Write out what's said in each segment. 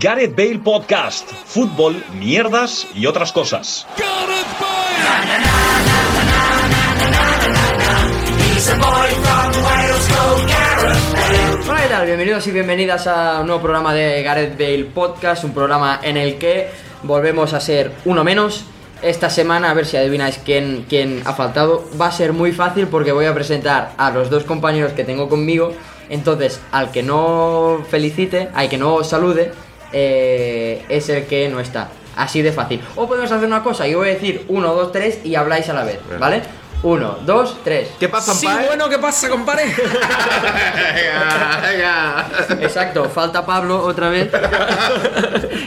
Gareth Bale Podcast, fútbol, mierdas y otras cosas. Hola, ¿qué tal? Bienvenidos y bienvenidas a un nuevo programa de Gareth Bale Podcast, un programa en el que volvemos a ser uno menos. Esta semana, a ver si adivináis quién, quién ha faltado, va a ser muy fácil porque voy a presentar a los dos compañeros que tengo conmigo. Entonces, al que no felicite, al que no salude, eh, es el que no está. Así de fácil. O podemos hacer una cosa, yo voy a decir 1, 2, 3 y habláis a la vez, ¿vale? 1, 2, 3. ¿Qué pasa, Sí, Pai? bueno, ¿qué pasa, compadre? Venga, venga. Exacto, falta Pablo otra vez.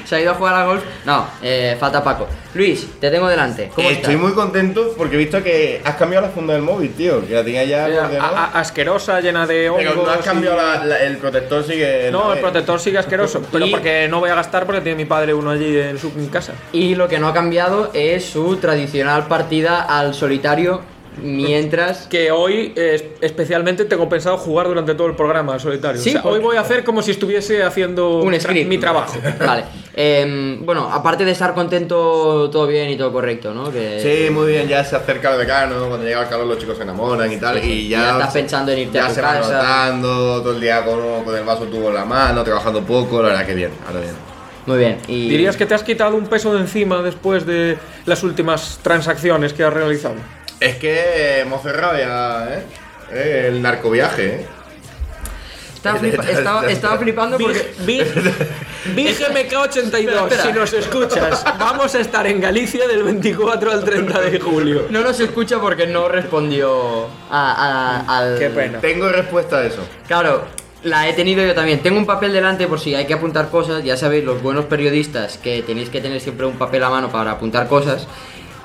Se ha ido a jugar a golf. No, eh, falta Paco. Luis, te tengo delante. ¿Cómo Eh, estás? Estoy muy contento porque he visto que has cambiado la funda del móvil, tío. Que la tenía ya ordenada. A- a- asquerosa, llena de Pero hongos. no has y- cambiado la- la- el protector, sigue. No, el protector sigue asqueroso. Pero Y- porque no voy a gastar porque tiene mi padre uno allí en su en casa. Y lo que no ha cambiado es su tradicional partida al solitario mientras... Que hoy eh, especialmente tengo pensado jugar durante todo el programa al solitario. Sí, O sea, porque- hoy voy a hacer como si estuviese haciendo Un tra- script. mi trabajo. Vale. Em, bueno, aparte de estar contento, todo bien y todo correcto, ¿no? Que Sí, muy bien, ya se acerca el verano, cuando llega el calor los chicos se enamoran y tal, y ya... Ya estás pensando en irte ya a tu se van casa. notando, todo el día con, con el vaso tubo en la mano, trabajando poco, la verdad que bien, ahora bien. Muy bien. Y... Dirías que te has quitado un peso de encima después de las últimas transacciones que has realizado. Es que eh, hemos cerrado ya, ¿eh? Eh, El narcoviaje, ¿eh? Estaba, flipa- estaba- estaba flipando porque... BGMK82, Espera, espera. si nos escuchas, vamos a estar en Galicia del 24 al 30 de julio. No nos escucha porque no respondió a- a- al... Qué pena. Tengo respuesta a eso. Claro, la he tenido yo también. Tengo un papel delante por si hay que apuntar cosas. Ya sabéis, los buenos periodistas que tenéis que tener siempre un papel a mano para apuntar cosas.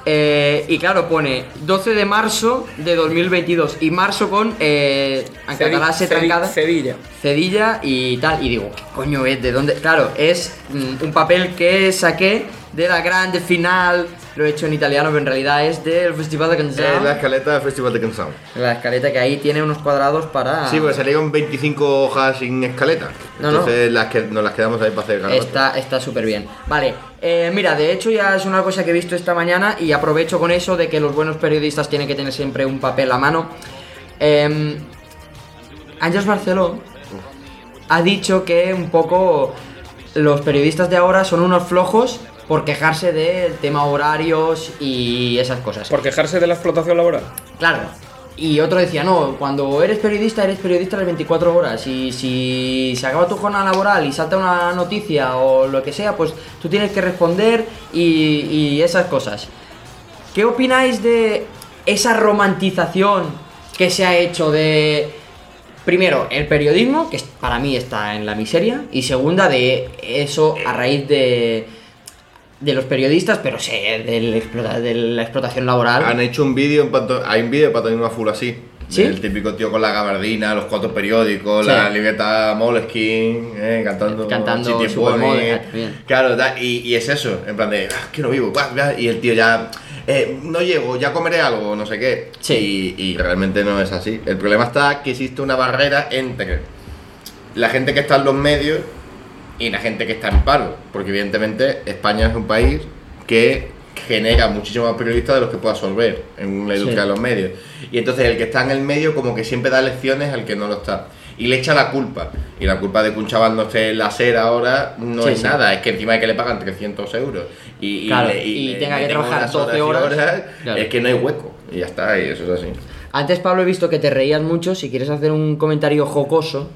Eh, y claro, pone 12 de marzo de 2022 y marzo con eh, en catalán se trancada, Cedilla. cedilla y tal. Y digo, ¿qué coño es? ¿De dónde? Claro, es mm, un papel que saqué de la grande final. Lo he hecho en italiano, pero en realidad es del Festival de Eh, Canzao. la escaleta del Festival de Cansado. La escaleta que ahí tiene unos cuadrados para. Sí, pues salieron 25 hojas sin escaleta. Ah. No, no. Entonces Las que, nos las quedamos ahí para hacer garabato. Está está súper bien. Vale, eh, mira, de hecho ya es una cosa que he visto esta mañana y aprovecho con eso de que los buenos periodistas tienen que tener siempre un papel a mano. Eh, Ángels Barceló ha dicho que un poco los periodistas de ahora son unos flojos por quejarse del tema horarios y esas cosas. Por quejarse de la explotación laboral. Claro. Y otro decía, no, cuando eres periodista, eres periodista las 24 horas. Y si se acaba tu jornada laboral y salta una noticia o lo que sea, pues tú tienes que responder y, y esas cosas. ¿Qué opináis de esa romantización que se ha hecho de, primero, el periodismo, que es- para mí está en la miseria, y segunda, de eso a raíz de, de los periodistas, pero sé, del explota- de la explotación laboral? Han hecho un vídeo, en panto- hay un vídeo de pantomima full así. ¿Sí? El típico tío con la gabardina, los cuatro periódicos, Sí. la libreta Moleskine, eh, cantando. Cantando City Supermodel, Boy, eh. ah, bien. Claro, da- y, y es eso, en plan de, "Ah, que no vivo, guau, guau", y el tío ya, "Eh, no llego, ya comeré algo, no sé qué. Sí. Y, y realmente no es así. El problema está que existe una barrera entre la gente que está en los medios y la gente que está en paro, porque evidentemente España es un país que genera muchísimos más periodistas de los que puede absorber en la Sí. industria de los medios. Y entonces el que está en el medio como que siempre da lecciones al que no lo está. Y le echa la culpa. Y la culpa de que un chaval no esté en la SER ahora no Sí, es sí. nada. Es que encima de que le pagan 300 euros y, y Claro, le- y le tenga que metemos trabajar unas 12 y horas. Claro. Es que no hay hueco. Y ya está, y eso es así. Antes, Pablo, he visto que te reías mucho. Si quieres hacer un comentario jocoso,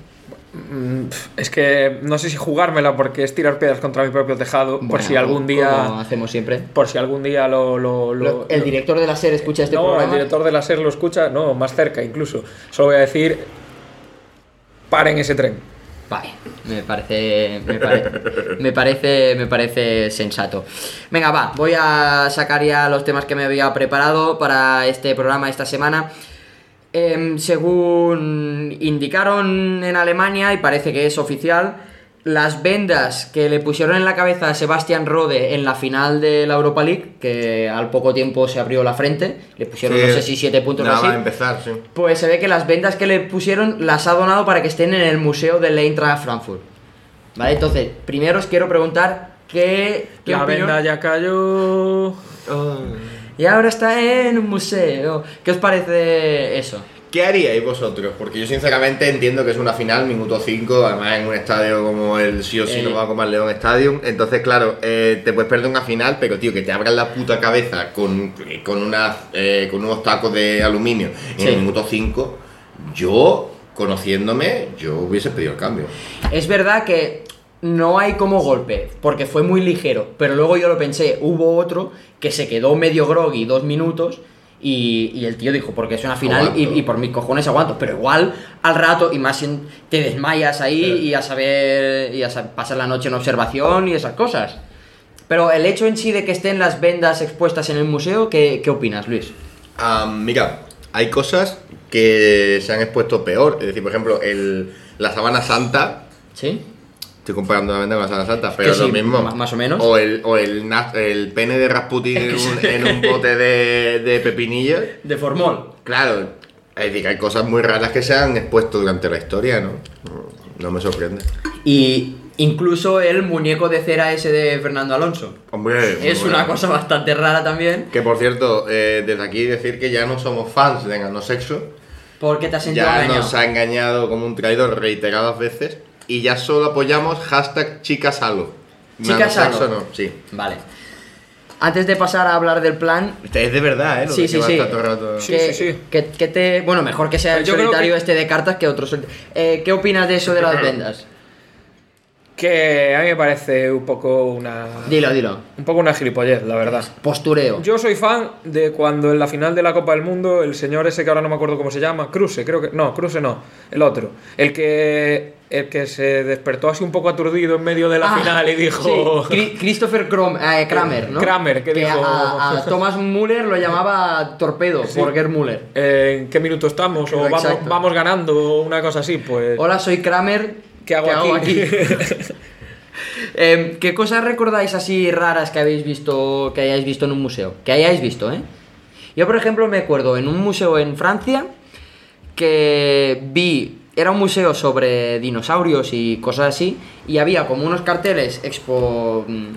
Mm, pf, Es que no sé si jugármela porque es tirar piedras contra mi propio tejado. por bueno, si algún como día. hacemos siempre. Por si algún día lo. lo- lo- el lo- director de la serie escucha este no, el programa. director de la SER lo escucha. No, más cerca incluso. Solo voy a decir. Paren ese tren. Vale, me parece, me, pare- me parece, me parece sensato. Venga, va, voy a sacar ya los temas que me había preparado para este programa esta semana. Em, según indicaron en Alemania, y parece que es oficial, las vendas que le pusieron en la cabeza a Sebastián Rode en la final de la Europa League, que al poco tiempo se abrió la frente, le pusieron no sé si 7 puntos o Nada, así. va a empezar, sí. Pues se ve que las ventas que le pusieron las ha donado para que estén en el museo de la Eintracht Frankfurt. Vale, entonces, primero os quiero preguntar qué. qué La opinión- venda ya cayó. Oh, Y ahora está en un museo. ¿Qué os parece eso? ¿Qué haríais vosotros? Porque yo sinceramente entiendo que es una final, minuto 5, además en un estadio como el sí o sí Eh. no va a comer León Stadium. Entonces, claro, eh, te puedes perder una final, pero tío, que te abran la puta cabeza con, con, unas, eh, con unos tacos de aluminio en Sí. el minuto 5, yo, conociéndome, yo hubiese pedido el cambio. Es verdad que no hay como golpe, porque fue muy ligero, pero luego yo lo pensé, hubo otro que se quedó medio groggy dos minutos y, y el tío dijo, porque es una final y, Aguanto. y por mis cojones aguanto, pero igual al rato y más si te desmayas ahí y a saber, y a sa- pasar la noche en observación y esas cosas. Pero el hecho en sí de que estén las vendas expuestas en el museo, ¿qué, qué opinas, Luis? Ah, mira, hay cosas que se han expuesto peor. Es decir, por ejemplo, el, la Sabana Santa. ¿Sí? Estoy comparando obviamente con la Sala Santa, pero es sí, lo mismo. ma- más o menos. O el, o el, na- el pene de Rasputin en un, en un bote de, de pepinillos. De formol. Claro, es decir, que hay cosas muy raras que se han expuesto durante la historia, ¿no? No me sorprende. Y incluso el muñeco de cera ese de Fernando Alonso. Hombre, muy Es una bueno. cosa bastante rara también. Que por cierto, eh, desde aquí decir que ya no somos fans de Engano Sexo. Porque te has sentido Ya engañado. nos ha engañado como un traidor reiteradas veces. Y ya solo apoyamos hashtag chicasalo. Chicas Nanosexo halo. no, sí. Vale. Antes de pasar a hablar del plan. Es de verdad, ¿eh? Lo Sí, de sí, que va sí. a estar todo el rato- Sí, Que, sí, sí. que- que te. Bueno, mejor que sea el Yo creo solitario que- este de cartas que otro solitario. ¿Qué opinas de eso de las vendas? Que a mí me parece un poco una. Dilo, dilo. Un poco una gilipollez, la verdad. Postureo. Yo soy fan de cuando en la final de la Copa del Mundo el señor ese que ahora no me acuerdo cómo se llama, Cruse, creo que no, Cruse no, el otro, el que el que se despertó así un poco aturdido en medio de la Ah, final y dijo sí, Cri- Christopher Krom- eh, Kramer, ¿no? Kramer, que dijo- A, a Thomas Müller lo llamaba torpedo, Burger Müller. "Eh, ¿En qué minuto estamos? O vamos, Exacto. vamos ganando, o una cosa así, pues. Hola, soy Kramer. ¿Qué hago aquí? Em, ¿Qué cosas recordáis así raras que habéis visto, que hayáis visto en un museo? Que hayáis visto, ¿eh? Yo, por ejemplo, me acuerdo en un museo en Francia que vi, era un museo sobre dinosaurios y cosas así, y había como unos carteles expo, mm,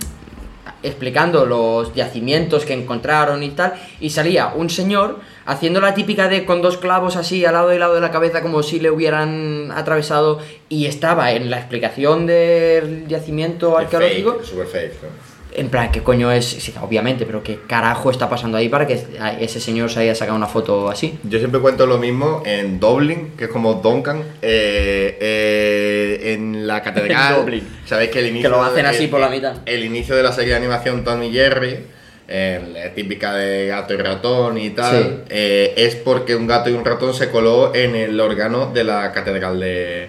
explicando los yacimientos que encontraron y tal, y salía un señor haciendo la típica de con dos clavos así al lado y lado de la cabeza como si le hubieran atravesado, y estaba en la explicación del yacimiento Es fake, arqueológico. Super fake. ¿no? En plan, ¿qué coño es? Sí, obviamente, pero ¿qué carajo está pasando ahí para que a- ese señor se haya sacado una foto así? Yo siempre cuento lo mismo en Dublín, que es como Duncan, eh, eh, en la catedral. En Dublín. Sabéis que el inicio. lo hacen de- así por la mitad. El inicio de la serie de animación Tom y Jerry, eh, la típica de gato y ratón y tal, Sí. eh, es porque un gato y un ratón se coló en el órgano de la catedral de.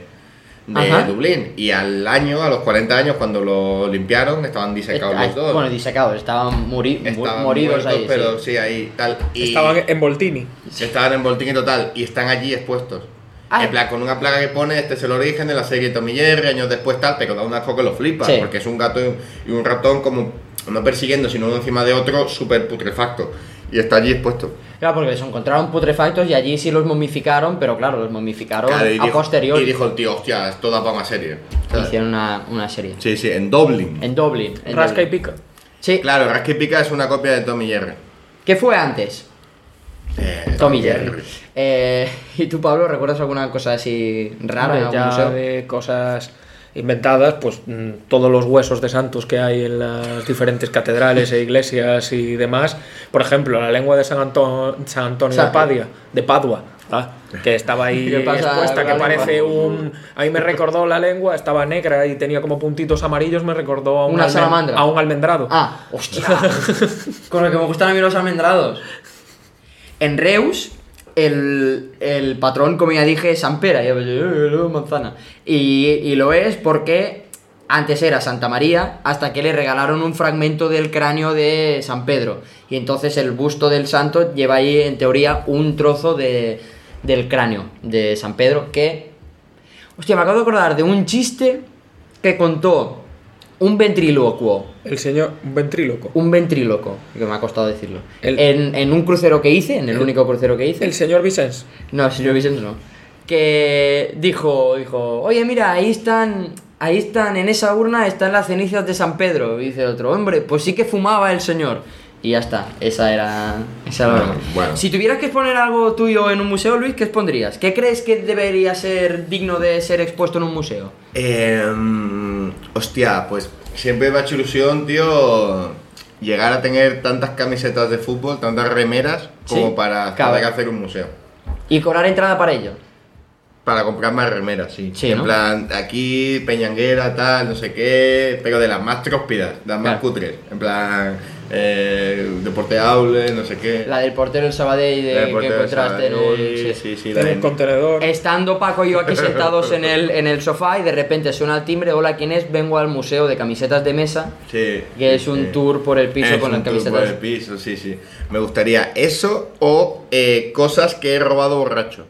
de Ajá. Dublín y al año, a los 40 años, cuando lo limpiaron, estaban disecados Est- los dos. Bueno, disecados, estaban, muri- mu- estaban moridos muertos, ahí. pero sí. sí. ahí tal. Y- Estaban en Voltini. Estaban en Voltín y total y están allí expuestos. Ah. En plan, con una placa que pone, este es el origen de la serie Tommy Jerry, años después tal, pero da un asco que lo flipa, Sí. porque es un gato y un- y un ratón como, no persiguiendo, sino uno encima de otro, súper putrefacto. Y está allí expuesto. Claro, porque los encontraron putrefactos y allí sí los momificaron, pero claro, los momificaron Claro, a posteriori. Y dijo el tío, hostia, esto da para una serie. ¿sabes? Hicieron una, una serie. Sí, sí, en Dublín. En Dublin. en Rasca y Dublin. pica. Sí. Claro, Rasky Pica es una copia de Tommy Jerry. ¿Qué fue antes? Eh, Tommy Jerry. Eh, ¿Y tú, Pablo, recuerdas alguna cosa así rara en Hombre, algún ya museo? de cosas inventadas, pues mm, todos los huesos de santos que hay en las diferentes catedrales e iglesias y demás. Por ejemplo, la lengua de San, Anto- San Antonio de Sabe. Padua, de Padua. ¿ah? que estaba ahí ¿Qué pasa expuesta, con que la parece lengua? un... Ahí me recordó la lengua, estaba negra y tenía como puntitos amarillos, me recordó a un, Una almen- salamandra. a un almendrado. Ah, hostia. Con lo que me gustan a mí los almendrados. En Reus, el, el patrón, como ya dije, es San Pera. Y yo, "Eh, eh, manzana. Y, y lo es porque antes era Santa María, hasta que le regalaron un fragmento del cráneo de San Pedro. Y entonces el busto del santo lleva ahí, en teoría, un trozo de, del cráneo de San Pedro que Hostia, me acabo de acordar de un chiste que contó un ventrílocuo. El señor, un ventríloco. Un ventríloco, que me ha costado decirlo. El- en, en un crucero que hice, en el, único crucero que hice. El señor Vicens. No, Silvio Vicente no. Que dijo, dijo, oye, mira, ahí están Ahí están, en esa urna están las cenizas de San Pedro. Y dice otro, hombre, pues sí que fumaba el señor. Y ya está, esa era, esa era la Bueno, broma. bueno. Si tuvieras que exponer algo tuyo en un museo, Luis, ¿qué expondrías? ¿Qué crees que debería ser digno de ser expuesto en un museo? Em, hostia, pues siempre me ha hecho ilusión, tío, llegar a tener tantas camisetas de fútbol, tantas remeras, como Sí, para claro. poder hacer un museo. Y cobrar entrada para ello. Para comprar más remeras, sí. Sí, en ¿no? plan, aquí, Peñanguera, tal, no sé qué, pero de las más tróspidas, las más Claro. cutres. En plan, eh, Deporte Aule, no sé qué. La del portero el Sabadell La de, del que portero encontraste en un... Sabadell, sí. Sí, sí, la En el de- contenedor. Estando Paco y yo aquí sentados en el, en el sofá y de repente suena el timbre, hola, ¿quién es? Vengo al museo de camisetas de mesa, sí, que sí, es un sí. tour por el piso Es con un las tour por camisetas. el piso, sí, sí. Me gustaría eso o eh, cosas que he robado borracho.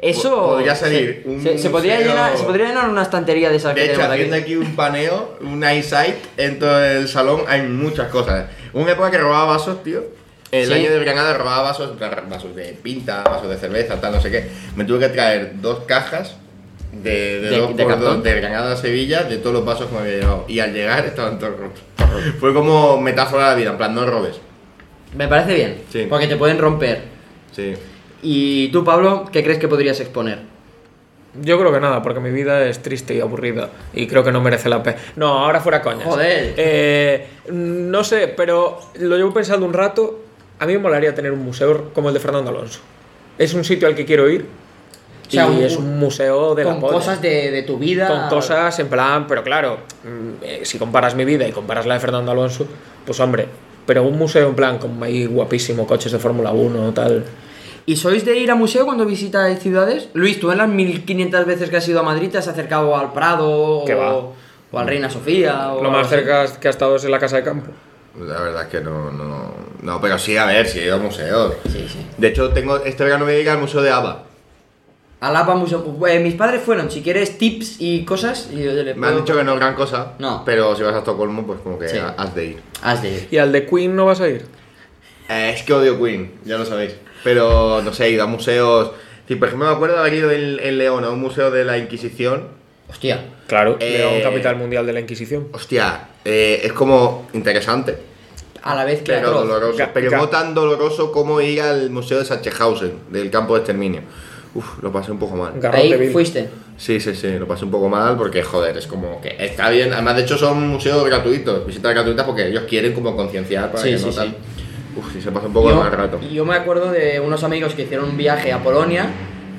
Eso Podría salir se, un se- se podría museo- llenar, se podría llenar una estantería de esas que De hecho, tenemos aquí. haciendo aquí un paneo, un eyesight en todo el salón, hay muchas cosas. Hubo Una época que robaba vasos, tío. El Sí. año de Granada robaba vasos, en plan, vasos de pinta, vasos de cerveza, tal, no sé qué. Me tuve que traer dos cajas de, de, De- dos de por cartón. dos, de Granada a Sevilla, de todos los vasos que me había llevado. Y al llegar estaban todos rotos. Fue como metáfora de la vida, en plan, no robes. Me parece bien, Sí. porque te pueden romper. Sí. Y tú, Pablo, ¿qué crees que podrías exponer? Yo creo que nada, porque mi vida es triste y aburrida y creo que no merece la pena. No, ahora fuera coñas. Joder. Eh, no sé, pero lo llevo pensando un rato. A mí me molaría tener un museo como el de Fernando Alonso. Es un sitio al que quiero ir. O sea, y un- es un museo de Con la polla. cosas de, de tu vida. Con cosas en plan, pero claro, mm, eh, si comparas mi vida y comparas la de Fernando Alonso, pues hombre, pero un museo en plan como ahí guapísimo, coches de Fórmula 1, tal. ¿Y sois de ir a museo cuando visitáis ciudades? Luis, tú en las 1500 veces que has ido a Madrid te has acercado al Prado ¿Qué o, va? o al Reina Sofía. O Lo algo más así. cerca que ha estado es en la casa de campo. La verdad es que no, no, no, pero sí, a ver, sí he ido a museos. Sí, sí. De hecho, tengo, este verano voy a ir al museo de Ava. Alapa Museo. Eh, mis padres fueron, si quieres tips y cosas. y yo les Me han puedo- dicho que no es gran cosa, No. pero si vas a Estocolmo, pues como que Sí. ha- has de ir. Has Ah, de ir. ¿Y al de Queen no vas a ir? Eh, es que odio Queen, ya lo sabéis. Pero no sé, he ido a museos. Sí, por ejemplo, me acuerdo de haber ido en, en León a un museo de la Inquisición. Hostia. Claro, Eh, León, capital mundial de la Inquisición. Hostia, eh, es como interesante, A la vez que pero atroz. doloroso. Ga- pero ga- no tan doloroso como ir al museo de Sachsenhausen, del campo de exterminio. Uf, lo pasé un poco mal. Garrote Ahí vil. fuiste. Sí, sí, sí, lo pasé un poco mal porque, joder, es como que está bien. Además, de hecho, son museos gratuitos, visitas gratuitas porque ellos quieren como concienciar para Sí, que sí, no sí. tal. Uf, sí, se pasa un poco de mal rato. yo me acuerdo de unos amigos que hicieron un viaje a Polonia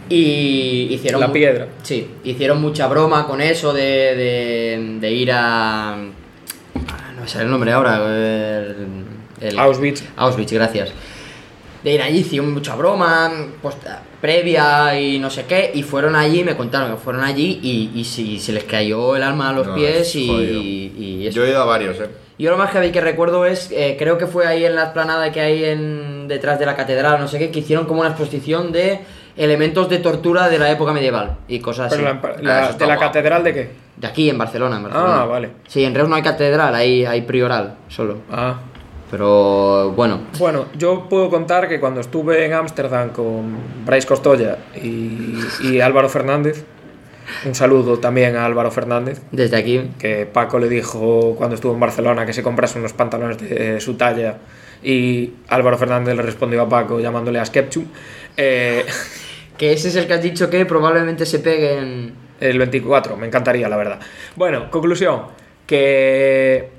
y hicieron... La mu- piedra. Sí, hicieron mucha broma con eso de, de, de ir a... ah, No me sale el nombre ahora. El, el- Auschwitz. Auschwitz, gracias. De ir allí hicieron mucha broma, pues, previa y no sé qué, y fueron allí, me contaron que fueron allí y, y si, se les cayó el alma a los No, pies es y, jodido. y eso. Yo he ido a varios, eh. Yo lo más que vi que recuerdo es, eh, creo que fue ahí en la esplanada que hay en, detrás de la catedral, no sé qué, que hicieron como una exposición de elementos de tortura de la época medieval y cosas así. Pero la- la- Ah, eso ¿De está la guapo. catedral de qué? De aquí, en Barcelona, en Barcelona. Ah, vale. Sí, en Reus no hay catedral, hay, hay prioral solo. Ah. Pero bueno, Bueno, yo puedo contar que cuando estuve en Ámsterdam con Bryce Costoya y, y Álvaro Fernández, un saludo también a Álvaro Fernández, desde aquí, que Paco le dijo cuando estuvo en Barcelona que se comprase unos pantalones de eh, su talla y Álvaro Fernández le respondió a Paco llamándole a Skepchum. Eh, que ese es el que has dicho que probablemente se peguen... El 24, me encantaría, la verdad. Bueno, conclusión. Que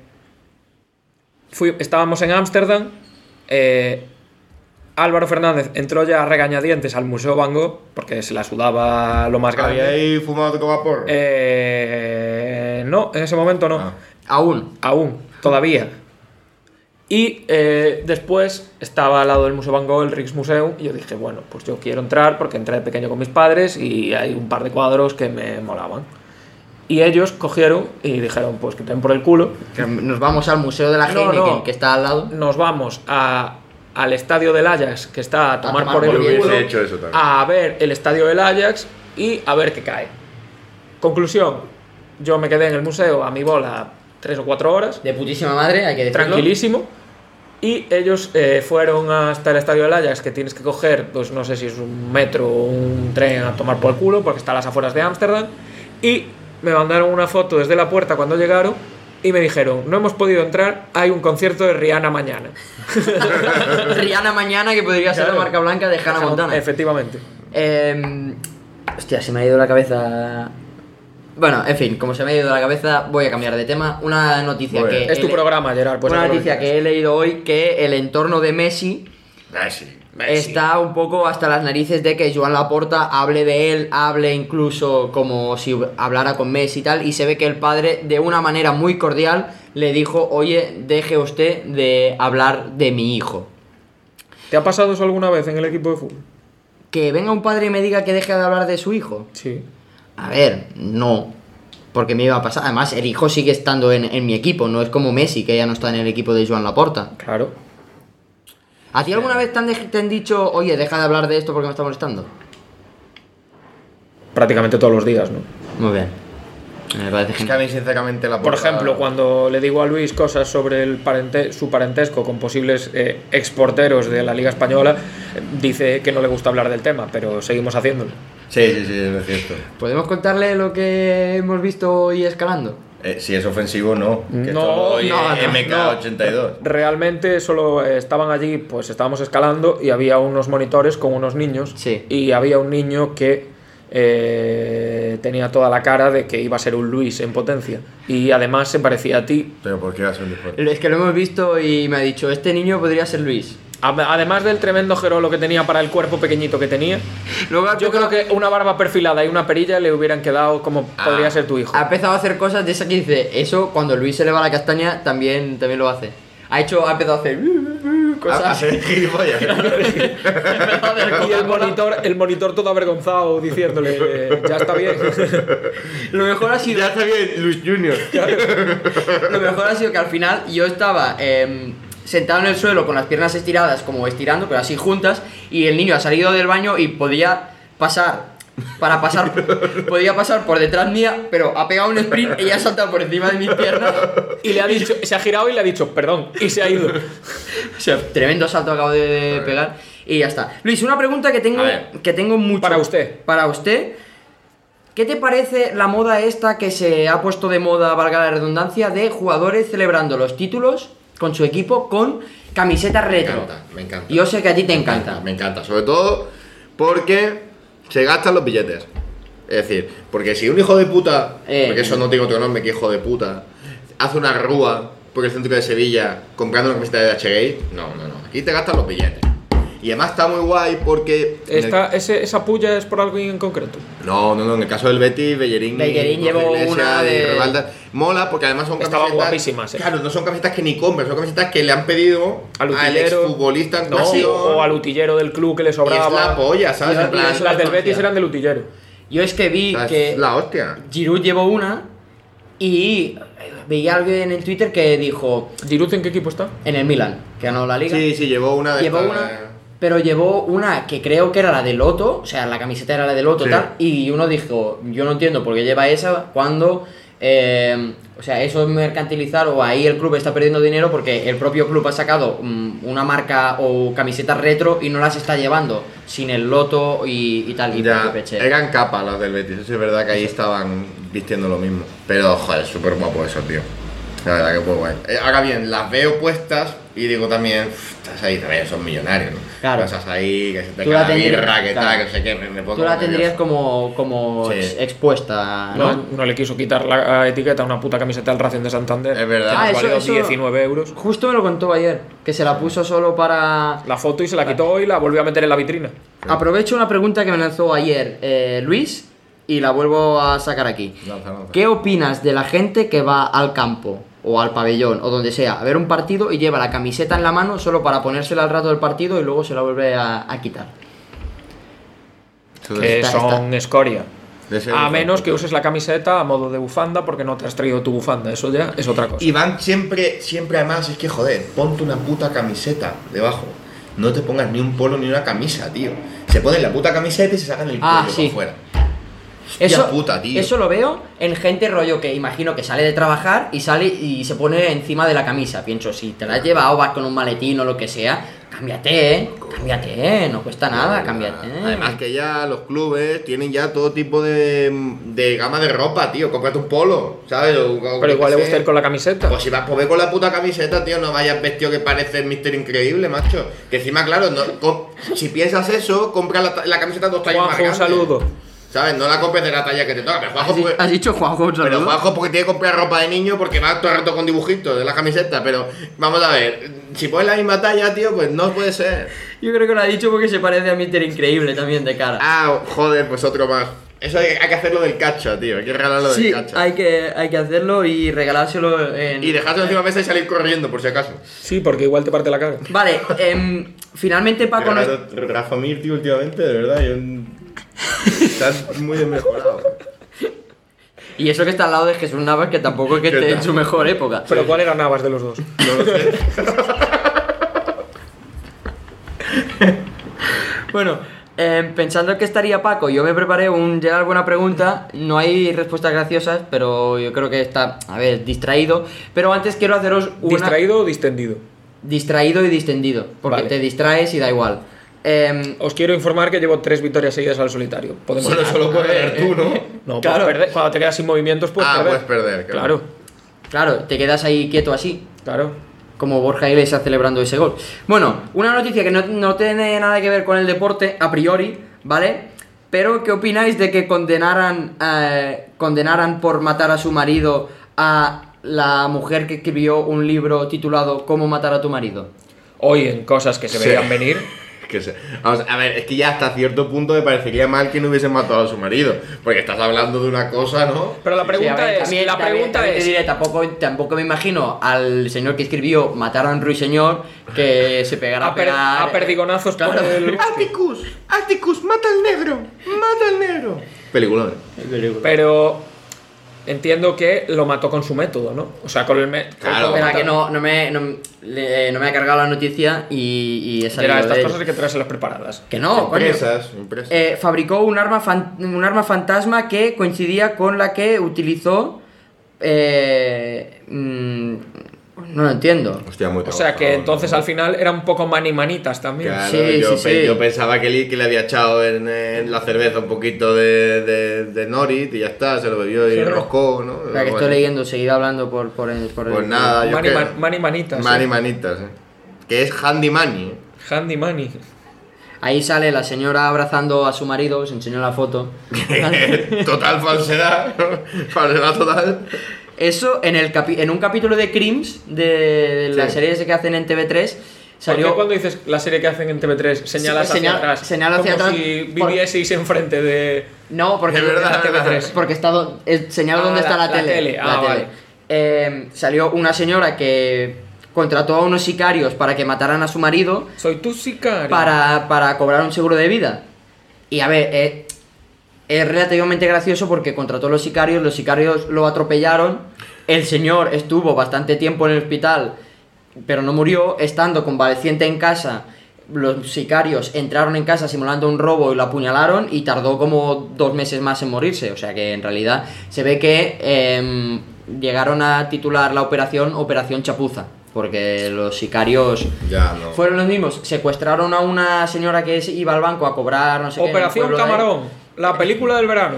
fui- estábamos en Ámsterdam. eh, Álvaro Fernández entró ya a regañadientes al Museo Van Gogh, porque se la sudaba lo Ah, más ¿Había grande. ahí fumado con vapor? Eh, no, en ese momento no. Ah. Aún. Aún, todavía. Y eh, después estaba al lado del Museo Van Gogh, el Rijksmuseum, y yo dije, bueno, pues yo quiero entrar porque entré de pequeño con mis padres y hay un par de cuadros que me molaban. Y ellos cogieron y dijeron, pues que te den por el culo, Que Nos vamos al Museo de la No, Heineken, no. que está al lado. nos vamos a- al estadio del Ajax, que está a tomar, tomar por por el el culo, Hubiese hecho eso también. Ah. a ver el estadio del Ajax y a ver qué cae. Conclusión, yo me quedé en el museo a mi bola tres o cuatro horas. De putísima madre, hay que decirlo. tranquilísimo. Y ellos eh, fueron hasta el estadio del Ajax, que tienes que coger, pues no sé si es un metro o un tren a tomar por el culo, porque está a las afueras de Ámsterdam. Y me mandaron una foto desde la puerta cuando llegaron y me dijeron, no hemos podido entrar, hay un concierto de Rihanna mañana. Rihanna mañana, que podría ser Claro. la marca blanca de Hannah Montana. Efectivamente. Eh, hostia, se me ha ido la cabeza. Bueno, en fin, como se me ha ido la cabeza, voy a cambiar de tema. Una noticia Muy bien. que. Es tu he- programa, Gerard. Pues Eh, una haz lo noticia quieras. que he leído hoy que el entorno de Messi Messi, Messi. está un poco hasta las narices de que Joan Laporta hable de él, hable incluso como si hablara con Messi y tal, y se ve que el padre de una manera muy cordial le dijo, oye, deje usted de hablar de mi hijo. ¿Te ha pasado eso alguna vez en el equipo de fútbol? Que venga un padre y me diga que deje de hablar de su hijo. Sí. A ver, no. Porque me iba a pasar. Además, el hijo sigue estando en, en mi equipo. No es como Messi, que ya no está en el equipo de Joan Laporta. Claro. ¿A ti alguna vez te han, dej- te han dicho, oye, deja de hablar de esto porque me está molestando? Prácticamente todos los días, ¿no? Muy bien. Me parece Es que a genial. mí, sinceramente, la Por portada- ejemplo, cuando le digo a Luis cosas sobre el parente- su parentesco con posibles eh, exporteros de la Liga Española, eh, dice que no le gusta hablar del tema, pero seguimos haciéndolo. Sí, sí, sí, es cierto. ¿Podemos contarle lo que hemos visto hoy escalando? Eh, si es ofensivo, no. Que No, todo hoy no, es no, MK82. Realmente solo eh, estaban allí, pues estábamos escalando y había unos monitores con unos niños. Sí. Y había un niño que eh, tenía toda la cara de que iba a ser un Luis en potencia. Y además se parecía a ti. Pero ¿por qué va a ser un deporte? Es que lo hemos visto y me ha dicho, este niño podría ser Luis. A- Además del tremendo gerolo que tenía para el cuerpo pequeñito que tenía, Luego ha yo creo empezado- que una barba perfilada y una perilla le hubieran quedado como podría Ah. ser tu hijo. Ha empezado a hacer cosas de esas que dice, eso cuando Luis se le va la castaña también, también lo hace. Ha hecho, ha empezado a hacer cosas Ah, sí, gilipollas. Y el monitor, el monitor todo avergonzado diciéndole, eh, ya está bien. Lo mejor ha sido. ya está bien, Luis Junior. Lo mejor ha sido que al final yo estaba em, sentado en el suelo con las piernas estiradas, como estirando, pero así juntas, y el niño ha salido del baño y podía pasar. Para pasar, podía pasar por detrás mía, pero ha pegado un sprint y ha saltado por encima de mis piernas. Y le ha dicho, se ha girado y le ha dicho, perdón, y se ha ido. O sea, tremendo salto acabo de, de pegar y ya está. Luis, una pregunta que tengo, A ver. que tengo mucho. Para usted. Para usted. ¿Qué te parece la moda esta que se ha puesto de moda, valga la redundancia, de jugadores celebrando los títulos con su equipo con camisetas Me retro? encanta, me encanta. Yo sé que a ti te Me encanta. Me encanta, sobre todo porque se gastan los billetes. Es decir, porque si un hijo de puta, Eh. porque eso no tengo otro nombre que hijo de puta, hace una rúa por el centro de Sevilla comprando una camiseta de HG, no, no, no. Aquí te gastan los billetes. Y además está muy guay porque. en el- Esta, ese- esa puya es por alguien en concreto. No, no, no, en el caso del Betis, Bellerín, Bellerín Borja llevó Iglesias una y de- Rivalda. Mola porque además son Estaban camisetas- guapísimas, eh. Claro, no son camisetas que ni compran, son camisetas que le han pedido Al al utillero. exfutbolista en no, cuestión. o al utillero del club que le Y sobraba. es la polla, ¿sabes? Y En plan, las- las del Betis eran del utillero. Yo es que vi O sea, es que la hostia. Giroud llevó una y eh, veía alguien en Twitter que dijo ¿Giroud en qué equipo está? en el Milan, que ganó la liga. Sí, sí, llevó una de Llevó estas- eh, una, pero llevó una que creo que era la de Loto, o sea, la camiseta era la de Loto Sí. tal, y uno dijo, yo no entiendo por qué lleva esa cuando, eh, o sea, eso es mercantilizar o ahí el club está perdiendo dinero porque el propio club ha sacado mm, una marca o camisetas retro y no las está llevando sin el Loto y, y tal, y Ya, porque peche. eran capas las del Betis, eso es verdad que ahí estaban vistiendo lo mismo. Pero, joder, súper guapo eso, tío. La verdad que fue guay. Eh, Ahora bien, las veo puestas y digo también, "Uf, estás ahí, también son millonarios, ¿no? Claro. Estás ahí, que se te Tú cae la la tendrías- birra, que tal, claro. que no sé qué, me, me pongo Tú la nervioso. tendrías como, como Sí. ex- Ah, expuesta, No, ¿no? no le quiso quitar la etiqueta a una puta camiseta del Racing de Santander. Es verdad. Que Ah, nos eso- valió eso- 19 euros. Justo me lo contó ayer, que se la puso solo para... La foto y se la quitó y la volvió a meter en la vitrina. Aprovecho una pregunta que me lanzó ayer eh, Luis y la vuelvo a sacar aquí. Lanza, lanza. ¿Qué opinas de la gente que va al campo o al pabellón o donde sea a ver un partido y lleva la camiseta en la mano solo para ponérsela al rato del partido y luego se la vuelve a, a quitar? Eso que es- está- son escoria. de ese A hijo. menos que uses la camiseta a modo de bufanda porque no te has traído tu bufanda. Eso ya es otra cosa. Y van siempre, siempre además, es que joder, ponte una puta camiseta debajo. No te pongas ni un polo ni una camisa, tío. Se ponen la puta camiseta y se sacan el cuello Ah, para sí. afuera. Eso, puta, tío. eso lo veo en gente rollo que imagino que sale de trabajar y sale y se pone encima de la camisa. Pienso, si te la has llevado, vas con un maletín o lo que sea, cámbiate, eh, cámbiate, eh, no cuesta nada, cámbiate. eh. Además que ya los clubes tienen ya todo tipo de, de gama de ropa, tío. Cómprate un polo, ¿sabes? O- o Pero yo igual qué le sé. gusta ir con la camiseta. Pues si vas pues ve con la puta camiseta, tío, no vayas vestido que parece Mister Increíble, macho. Que encima, claro, no- co- si piensas eso, compra la, ta- la camiseta dos tallas más Juanjo, un grandes. saludo. ¿Sabes? No la compres de la talla que te toca. Pero Ah, Juanjo, porque, dicho Juanjo un pero Juanjo porque tiene que comprar ropa de niño porque va todo el rato con dibujitos de la camiseta. Pero vamos a ver, si pones la misma talla, tío, pues no puede ser. Yo creo que lo ha dicho porque se parece a Mister Increíble también de cara. Ah, joder, pues otro más. Eso hay, hay que hacerlo del cacho, tío. Hay que regalarlo sí, del cacho. hay que, hay que hacerlo y regalárselo en... Y dejarlo encima de la mesa y salir corriendo, por si acaso. Sí, porque igual te parte la cara. Vale, em, finalmente Paco... nos- Rafa Rafamir, tío, últimamente, de verdad, yo... Estás muy desmejorado. Y eso que está al lado de Jesús Navas, que tampoco es que ¿Qué esté en tal? su mejor época. Pero ¿cuál era Navas de los dos? No lo sé. Bueno, em, pensando que estaría Paco, yo me preparé un llegar alguna pregunta. No hay respuestas graciosas, pero yo creo que está, a ver, distraído. Pero antes quiero haceros una... ¿Distraído o distendido? Distraído y distendido, porque Vale. te distraes y da igual. Em, Os quiero informar que llevo tres victorias seguidas al solitario. Podemos Solo, solo puedes ver tú, ¿no? No, Claro. claro. cuando te quedas sin movimientos puedes ah, perder. puedes perder, claro. Claro, claro, te quedas ahí quieto así. claro. como Borja Iglesias celebrando ese gol. Bueno, una noticia que no, no tiene nada que ver con el deporte a priori, ¿vale? Pero ¿qué opináis de que condenaran, eh, condenaran por matar a su marido a la mujer que escribió un libro titulado ¿Cómo matar a tu marido? Oyen cosas que se Sí. veían venir. Que sé. Vamos, a ver, es que ya hasta cierto punto me parecería mal que no hubiesen matado a su marido. Porque estás hablando de una cosa, ¿no? Pero la pregunta Sí, a ver, es, también- la también- pregunta también te es, diré, tampoco, tampoco me imagino al señor que escribió matar a un ruiseñor que se pegara a, eh. a per- pegar... a perdigonazos por Claro. el- Atticus, Atticus, mata al negro, mata al negro. Peliculón. Pero entiendo que lo mató con su método, ¿no? O sea, con el método. Claro. Espera, que no, no, me, no, le- no me ha cargado la noticia y, y he salido estas de cosas hay él. que traérselas preparadas. Que no, coño. Empresas, empresas. Eh, fabricó un arma, fan- un arma fantasma que coincidía con la que utilizó. eh, mm, no lo entiendo. Hostia, muy O sea, que trabajado, entonces ¿no? al final era un poco manimanitas también. Claro, Sí, yo, sí, pe- sí. yo pensaba que le, que le había echado en, en la cerveza un poquito de, de, de Norit y ya está, se lo bebió y Sí. roscó, ¿no? La que Bueno, estoy leyendo, seguida hablando por, por el. por el- Pues nada, yo Mani, qué- man- mani manitas. Mani eh. manitas, ¿eh? Que es handy money. eh. Handy mani. Ahí sale la señora abrazando a su marido, os enseñó la foto. total falsedad. falsedad total. Eso en, el capi- en un capítulo de Crims, de, de la Sí. serie esa que hacen en TV3, ¿Por qué salió. cuando dices la serie que hacen en TV3 señalas Sí, señal- hacia atrás? señalo hacia como atrás si por- vivieseis enfrente de... No, porque De verdad, de verdad. Porque está do- eh, señala Ah, dónde está la, la- la tele. tele. la Ah, tele. vale. Eh, salió una señora que contrató a unos sicarios para que mataran a su marido Soy tu sicario. para, para cobrar un seguro de vida. Y a ver, eh, es relativamente gracioso porque contrató a los sicarios, los sicarios lo atropellaron, el señor estuvo bastante tiempo en el hospital, pero no murió, estando convaleciente en casa. Los sicarios entraron en casa simulando un robo y lo apuñalaron y tardó como dos meses más en morirse. O sea que en realidad se ve que em, llegaron a titular la operación Operación Chapuza. Porque los sicarios Ya, no. fueron los mismos. Secuestraron a una señora que se iba al banco a cobrar, no sé qué, en el Operación pueblo de ahí. Camarón, la película del verano.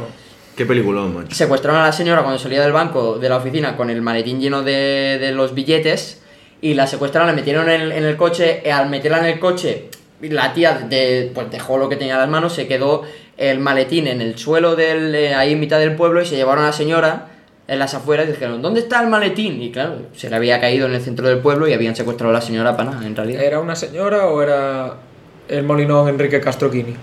Qué peliculón, macho. Secuestraron a la señora cuando salía del banco, de la oficina, con el maletín lleno de, de los billetes. Y la secuestraron, la metieron en, en el coche. eh, Al meterla en el coche, la tía de, pues dejó lo que tenía en las manos. Se quedó el maletín en el suelo del, eh, ahí en mitad del pueblo y se llevaron a la señora en las afueras y dijeron, ¿dónde está el maletín? Y claro, se le había caído en el centro del pueblo y habían secuestrado a la señora para nada, en realidad. ¿Era una señora o era el molinón Enrique Castroquini?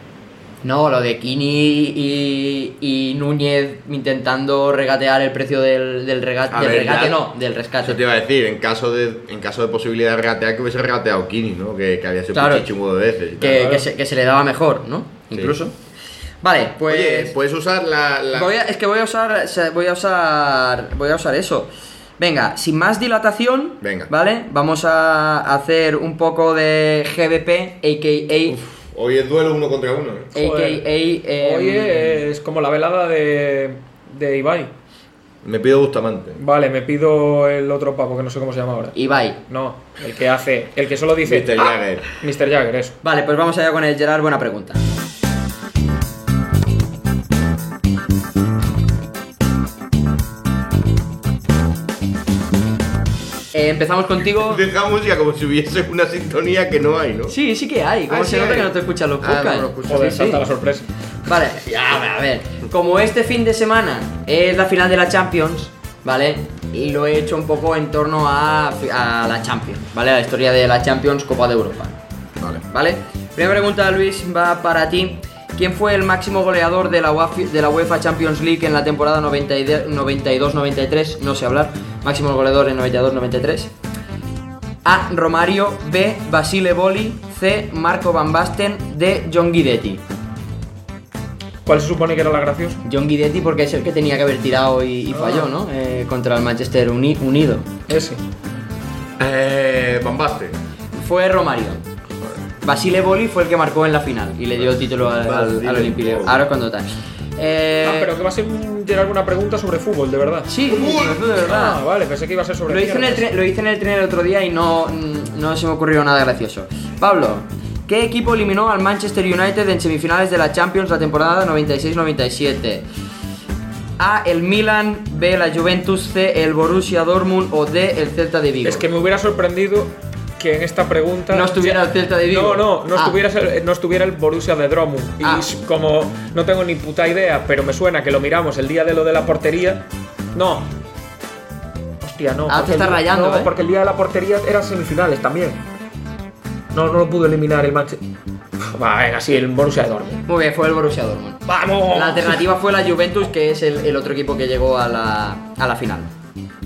No, lo de Kini y, y Núñez intentando regatear el precio del, del regate. A Del ver, regate, ya- no, del rescate. Eso te iba a decir, en caso de, en caso de posibilidad de regatear, que hubiese regateado Kini, ¿no? Que, que había sido Claro. un chingo de veces. y tal. que, Claro. que se, que se le daba mejor, ¿no? Sí. Incluso. Vale, pues. Oye, puedes usar la. la- voy a- es que voy a usar. Voy a usar. Voy a usar eso. Venga, sin más dilatación, Venga. ¿vale? Vamos a hacer un poco de GBP, a.k.a. Hoy es duelo uno contra uno. ¿eh? AKA. Joder. em, Hoy es como la velada de, de Ibai. Me pido Bustamante. Vale, me pido el otro papo que no sé cómo se llama ahora. Ibai. No, el que hace, el que solo dice Mr. "Ah", Jagger. Mr. Jagger, eso. Vale, pues vamos allá con el Gerard, buena pregunta. Eh, empezamos contigo. Deja música como si hubiese una sintonía que no hay, ¿no? Sí, sí que hay. ¿Cómo Ah, se sí nota hay. que no te escuchan los Ah, podcasts? no lo escucho. Joder, Sí, sí. salta la sorpresa. Vale, ya, a ver. Como este fin de semana es la final de la Champions, ¿vale? Y lo he hecho un poco en torno a, a la Champions, ¿vale? A la historia de la Champions Copa de Europa, Vale. ¿vale? Primera pregunta, Luis, va para ti. ¿Quién fue el máximo goleador de la UEFA, de la UEFA Champions League en la temporada 92 92-93? No sé hablar. Máximo goleador en 92-93. A. Romario. B. Basile Boli. C. Marco Van Basten. D. John Guidetti. ¿Cuál se supone que era la graciosa? John Guidetti porque es el que tenía que haber tirado y, y falló, ¿no? Eh, contra el Manchester Uni- Unido. Ese. Eh. Bombaste. Fue Romario. Basile Boli fue el que marcó en la final y le dio título al, al, al Olympique. Boli. Ahora es cuando tal. Eh, ah, pero que va a ser un- tirar alguna pregunta sobre fútbol, de verdad. Sí, de verdad. Ah, vale, pensé que iba a ser sobre Lo hice, en el mierdas. tren, lo hice en el tren el otro día y no, mm, no se me ocurrió nada gracioso. Pablo, ¿qué equipo eliminó al Manchester United en semifinales de la Champions la temporada 96-97? A, el Milan, B, la Juventus, C, el Borussia Dortmund o D, el Celta de Vigo. Es que me hubiera sorprendido que en esta pregunta. No estuviera el Celta de Vigo. No, no, no, Ah. estuviera, el- no estuviera el Borussia de Dortmund. Y Ah. s- como no tengo ni puta idea, pero me suena que lo miramos el día de lo de la portería. No. Hostia, no. Ah, te porque estás el- rayando, no, ¿eh? porque el día de la portería eran semifinales también. No, no lo pudo eliminar el Manchester. Va, venga, sí, el Borussia de Dortmund. Muy bien, fue el Borussia Dortmund. ¡Vamos! La alternativa fue la Juventus, que es el, el otro equipo que llegó a la, a la final.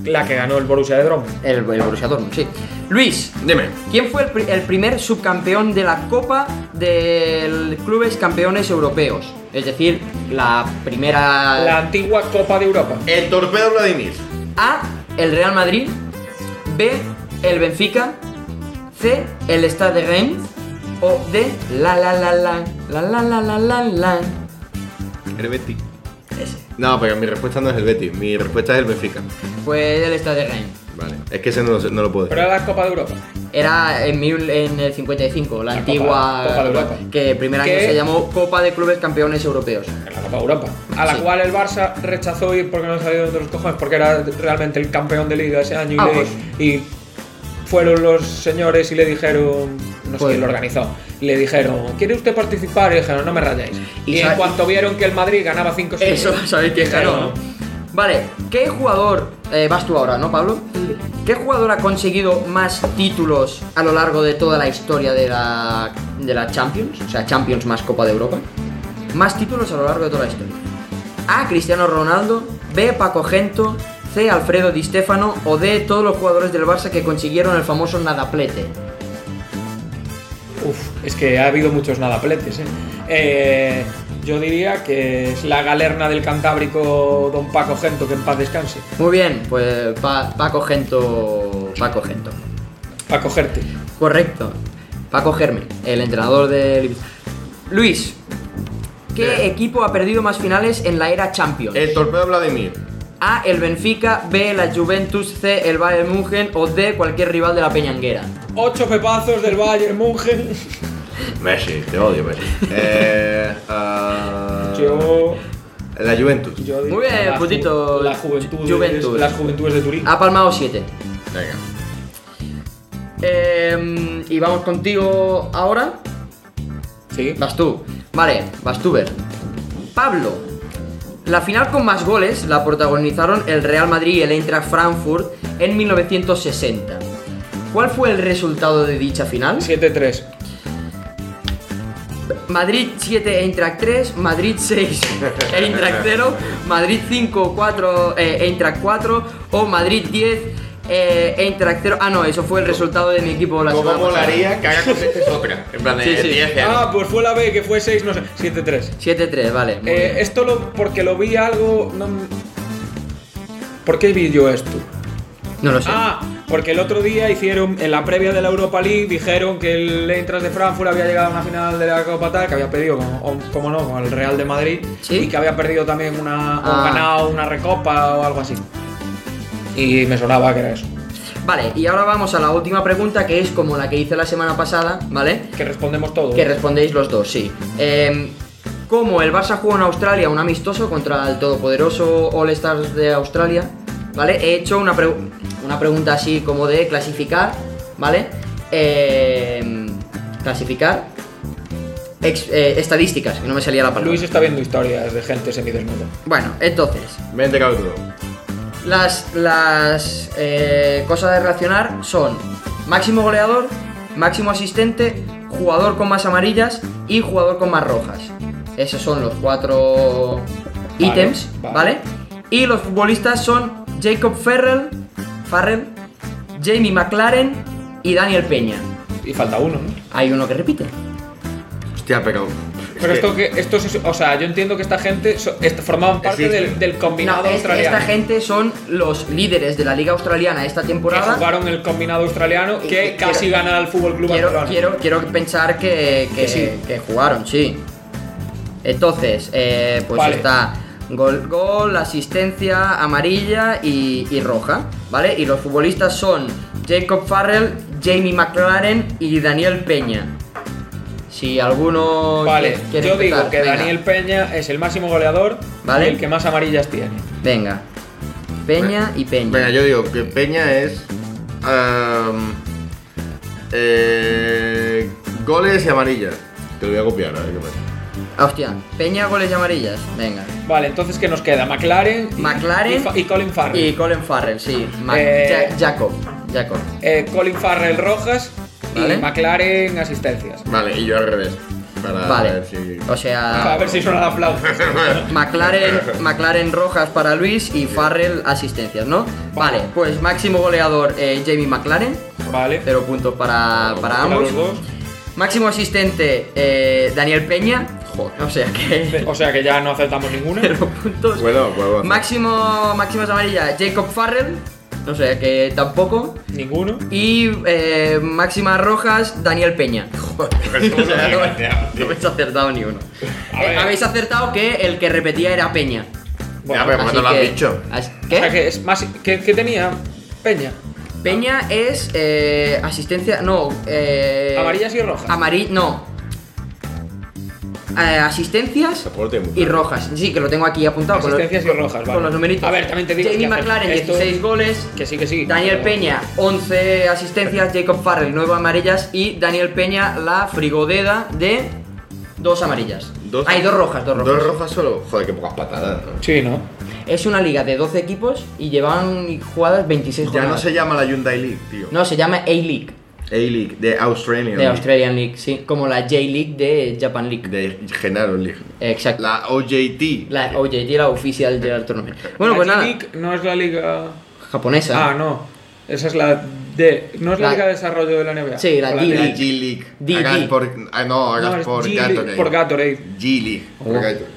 La que ganó el Borussia de Dortmund. El, el Borussia Dortmund, sí. Luis, Dime. ¿Quién fue el, pri- el primer subcampeón de la Copa de Clubes Campeones Europeos? Es decir, la primera La antigua Copa de Europa. El torpedo Vladimir. A, el Real Madrid, B, el Benfica, C, el Stade de Reims o D, la la la la la la la la la la. El Betty. Ese. No, pero mi respuesta no es el Betty. Mi respuesta es el Benfica. Fue el Stade de Reims. Vale. Es que ese no lo, sé- no lo puedo Pero decir. era la Copa de Europa. Era en, mil- en el 55, la, La antigua Copa- Copa de Europa. que el primer año Que- se llamó Copa de Clubes Campeones Europeos. en la Copa Europa, a la Sí. cual el Barça rechazó ir porque no salió de los cojones, porque era realmente el campeón de liga ese año y, Ah, le- pues. y fueron los señores y le dijeron, no sé Pues. quién lo organizó, y le dijeron, ¿quiere usted participar? Y dijeron, no me rayáis. Y Y, en sa- cuanto vieron que el Madrid ganaba 5 Eso, sabéis que ganó. Vale, ¿qué jugador, eh, vas tú ahora, ¿no, Pablo? ¿Qué jugador ha conseguido más títulos a lo largo de toda la historia de la, de la Champions? O sea, Champions más Copa de Europa. Más títulos a lo largo de toda la historia. A. Cristiano Ronaldo. B. Paco Gento. C. Alfredo Di Stéfano. O D. Todos los jugadores del Barça que consiguieron el famoso nadaplete. Uf, es que ha habido muchos nadapletes, ¿eh? Eh, Yo diría que es la galerna del Cantábrico Don Paco Gento, que en paz descanse. Muy bien, pues Pa- Paco Gento. Paco Gento. Para cogerte. Correcto. Paco Germen, el entrenador del... Luis, ¿qué Eh. equipo ha perdido más finales en la era Champions? El torpedo Vladimir. A, el Benfica, B, la Juventus, C, el Bayern München o D, cualquier rival de la Peñanguera. Ocho pepazos del Bayern München. Messi, te odio, Messi. eh. ah, Yo. La Juventus. Yo digo Muy bien, Ah. la ju- putito. La juventud, de- Juventud. las juventudes de Turín. Ha palmado 7. Venga. Em, y vamos contigo ahora. Sí. Vas tú. Vale, vas tú ver. Pablo. La final con más goles la protagonizaron el Real Madrid y el Eintracht Frankfurt en 1960. ¿Cuál fue el resultado de dicha final? 7-3. Madrid 7, Eintracht 3, Madrid 6, Eintracht 0, Madrid 5, 4, eh, Eintracht 4 o Madrid 10, eh, Eintracht 0. Ah, no, eso fue el resultado de mi equipo la ¿Cómo semana pasada. molaría que haga cosas otra? En plan de Sí, sí. 10 Ah, pues fue la B que fue 6, no sé. 7-3. 7-3, vale. muy Eh, bien. esto lo, porque lo vi algo. no m- ¿Por qué vi yo esto? no lo sé. Ah, Porque el otro día hicieron, en la previa de la Europa League, dijeron que el Eintracht de Frankfurt había llegado a una final de la Copa tal, que había perdido, como, o- como no, con el Real de Madrid, Sí. y que había perdido también una, o Ah. ganado una recopa o algo así. Y me sonaba que era eso. Vale, y ahora vamos a la última pregunta que es como la que hice la semana pasada, ¿vale? Que respondemos todos. Que respondéis los dos, sí. Eh, ¿Cómo el Barça jugó en Australia un amistoso contra el todopoderoso All Stars de Australia? ¿Vale? He hecho una, pregu- una pregunta así como de clasificar, ¿vale? Eh, clasificar. Ex- eh, estadísticas, que no me salía la palabra. Luis está viendo historias de gente semidesnuda. Bueno, entonces, Me he enterado de todo. las, las eh, cosas de reaccionar son máximo goleador, máximo asistente, jugador con más amarillas y jugador con más rojas. Esos son los cuatro Vale, ítems, vale. vale. Y los futbolistas son Jacob Ferrell, Farrell, Jamie McLaren y Daniel Peña. Y falta uno, ¿no? Hay uno que repite. Hostia, pero. Pero esto que esto es, o sea, yo entiendo que esta gente so- est- formaban parte Existe. del, del combinado No, es- australiano. esta gente son los líderes de la liga australiana esta que temporada. jugaron el combinado australiano Y- que y- casi quiero- gana al Fútbol Club quiero, Barcelona. quiero, quiero pensar que, que, Que sí. que jugaron, sí. Entonces, eh, pues Vale. está gol, gol, asistencia amarilla y, y roja, ¿vale? Y los futbolistas son Jacob Farrell, Jamie McLaren y Daniel Peña. Si alguno Vale, qui- quiere yo digo empezar, que venga, Daniel Peña es el máximo goleador Vale. y el que más amarillas tiene. Venga. Peña y Peña. Venga, yo digo que Peña es. am, eh, goles y amarillas. Te lo voy a copiar, a ver qué pasa. Ah, hostia, Peña goles y amarillas. Venga. Vale, entonces ¿qué nos queda? McLaren, y- McLaren y, Fa- y Colin Farrell. Y Colin Farrell, sí. Ma- Eh, Ja- Jacob. Jacob. Eh, Colin Farrell rojas Vale. y McLaren asistencias. Vale, y yo al revés. Para Vale. ver si. O sea, a ver si suena la flauta. McLaren, McLaren rojas para Luis y Farrell asistencias, ¿no? Vale, pues máximo goleador eh, Jamie McLaren, Vale. cero puntos para, para Para ambos. los dos. Máximo asistente eh, Daniel Peña, joder, o sea que O sea que ya no aceptamos ninguna. cero puntos. Puedo, puedo. hacer. Máximo, máximas amarillas Jacob Farrell, o sea que tampoco. Ninguno. Y eh, máximas rojas Daniel Peña. Somos unos No, desgraciados, este tío. no habéis acertado ni uno. A Eh, ver. habéis acertado que el que repetía era Peña. Ya, pero Así ¿cuándo lo has que- dicho? as- O sea ¿Qué? que es más. ¿Qué, qué tenía? Peña. Peña es eh, asistencia. No, eh. Amarillas y rojas. Amarillo. No. Eh, asistencias Soporte mucho. y rojas. Sí, que lo tengo aquí apuntado. con los- Asistencias y rojas, vale. Con los numeritos. A ver, también te digo Jamie que hacer McLaren, esto- 16 goles. Que sí, que sí. Daniel Pero- Peña, 11 asistencias. Jacob Farrell, 9 amarillas. Y Daniel Peña, la frigodeda de. Dos amarillas. Dos- Hay dos rojas, dos rojas. Dos rojas solo. Joder, qué pocas patadas. ¿no? Sí, ¿no? Es una liga de 12 equipos y llevan jugadas 26 Ya jornadas. no se llama la Hyundai League, tío. No, se llama A-League. A-League, de Australian De League, Australian League, sí. Como la J-League de Japan League. De Genaro League. Exacto. La, La OJT. OJT, la oficial del torneo. Bueno, La pues nada. G-League no es la liga. Japonesa. Ah, no. Esa es la D. No es la, La- liga de desarrollo de la NBA. Sí, la O G-League. La G-League. D- Hagas D. por. Ah, no, hagas No, es por G-League, Gatorade. por Gatorade. G-League. Por Oh. Gatorade.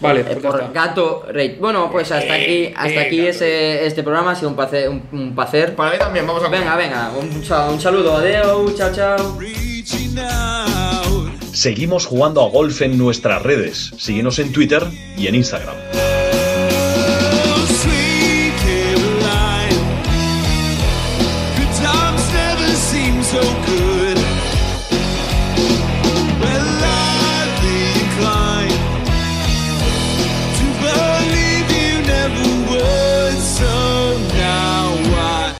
Vale, Eh, pues ya por está. Gato Rey. Bueno, pues hasta aquí, Eh, hasta eh, aquí Gato ese, este programa. Ha sido un placer. Un, un placer. Para mí también, vamos a. Venga, venga. Un, chao- un saludo. Adiós. Chao, chao. reaching out. Seguimos jugando a golf en nuestras redes. Síguenos en Twitter y en Instagram. Oh,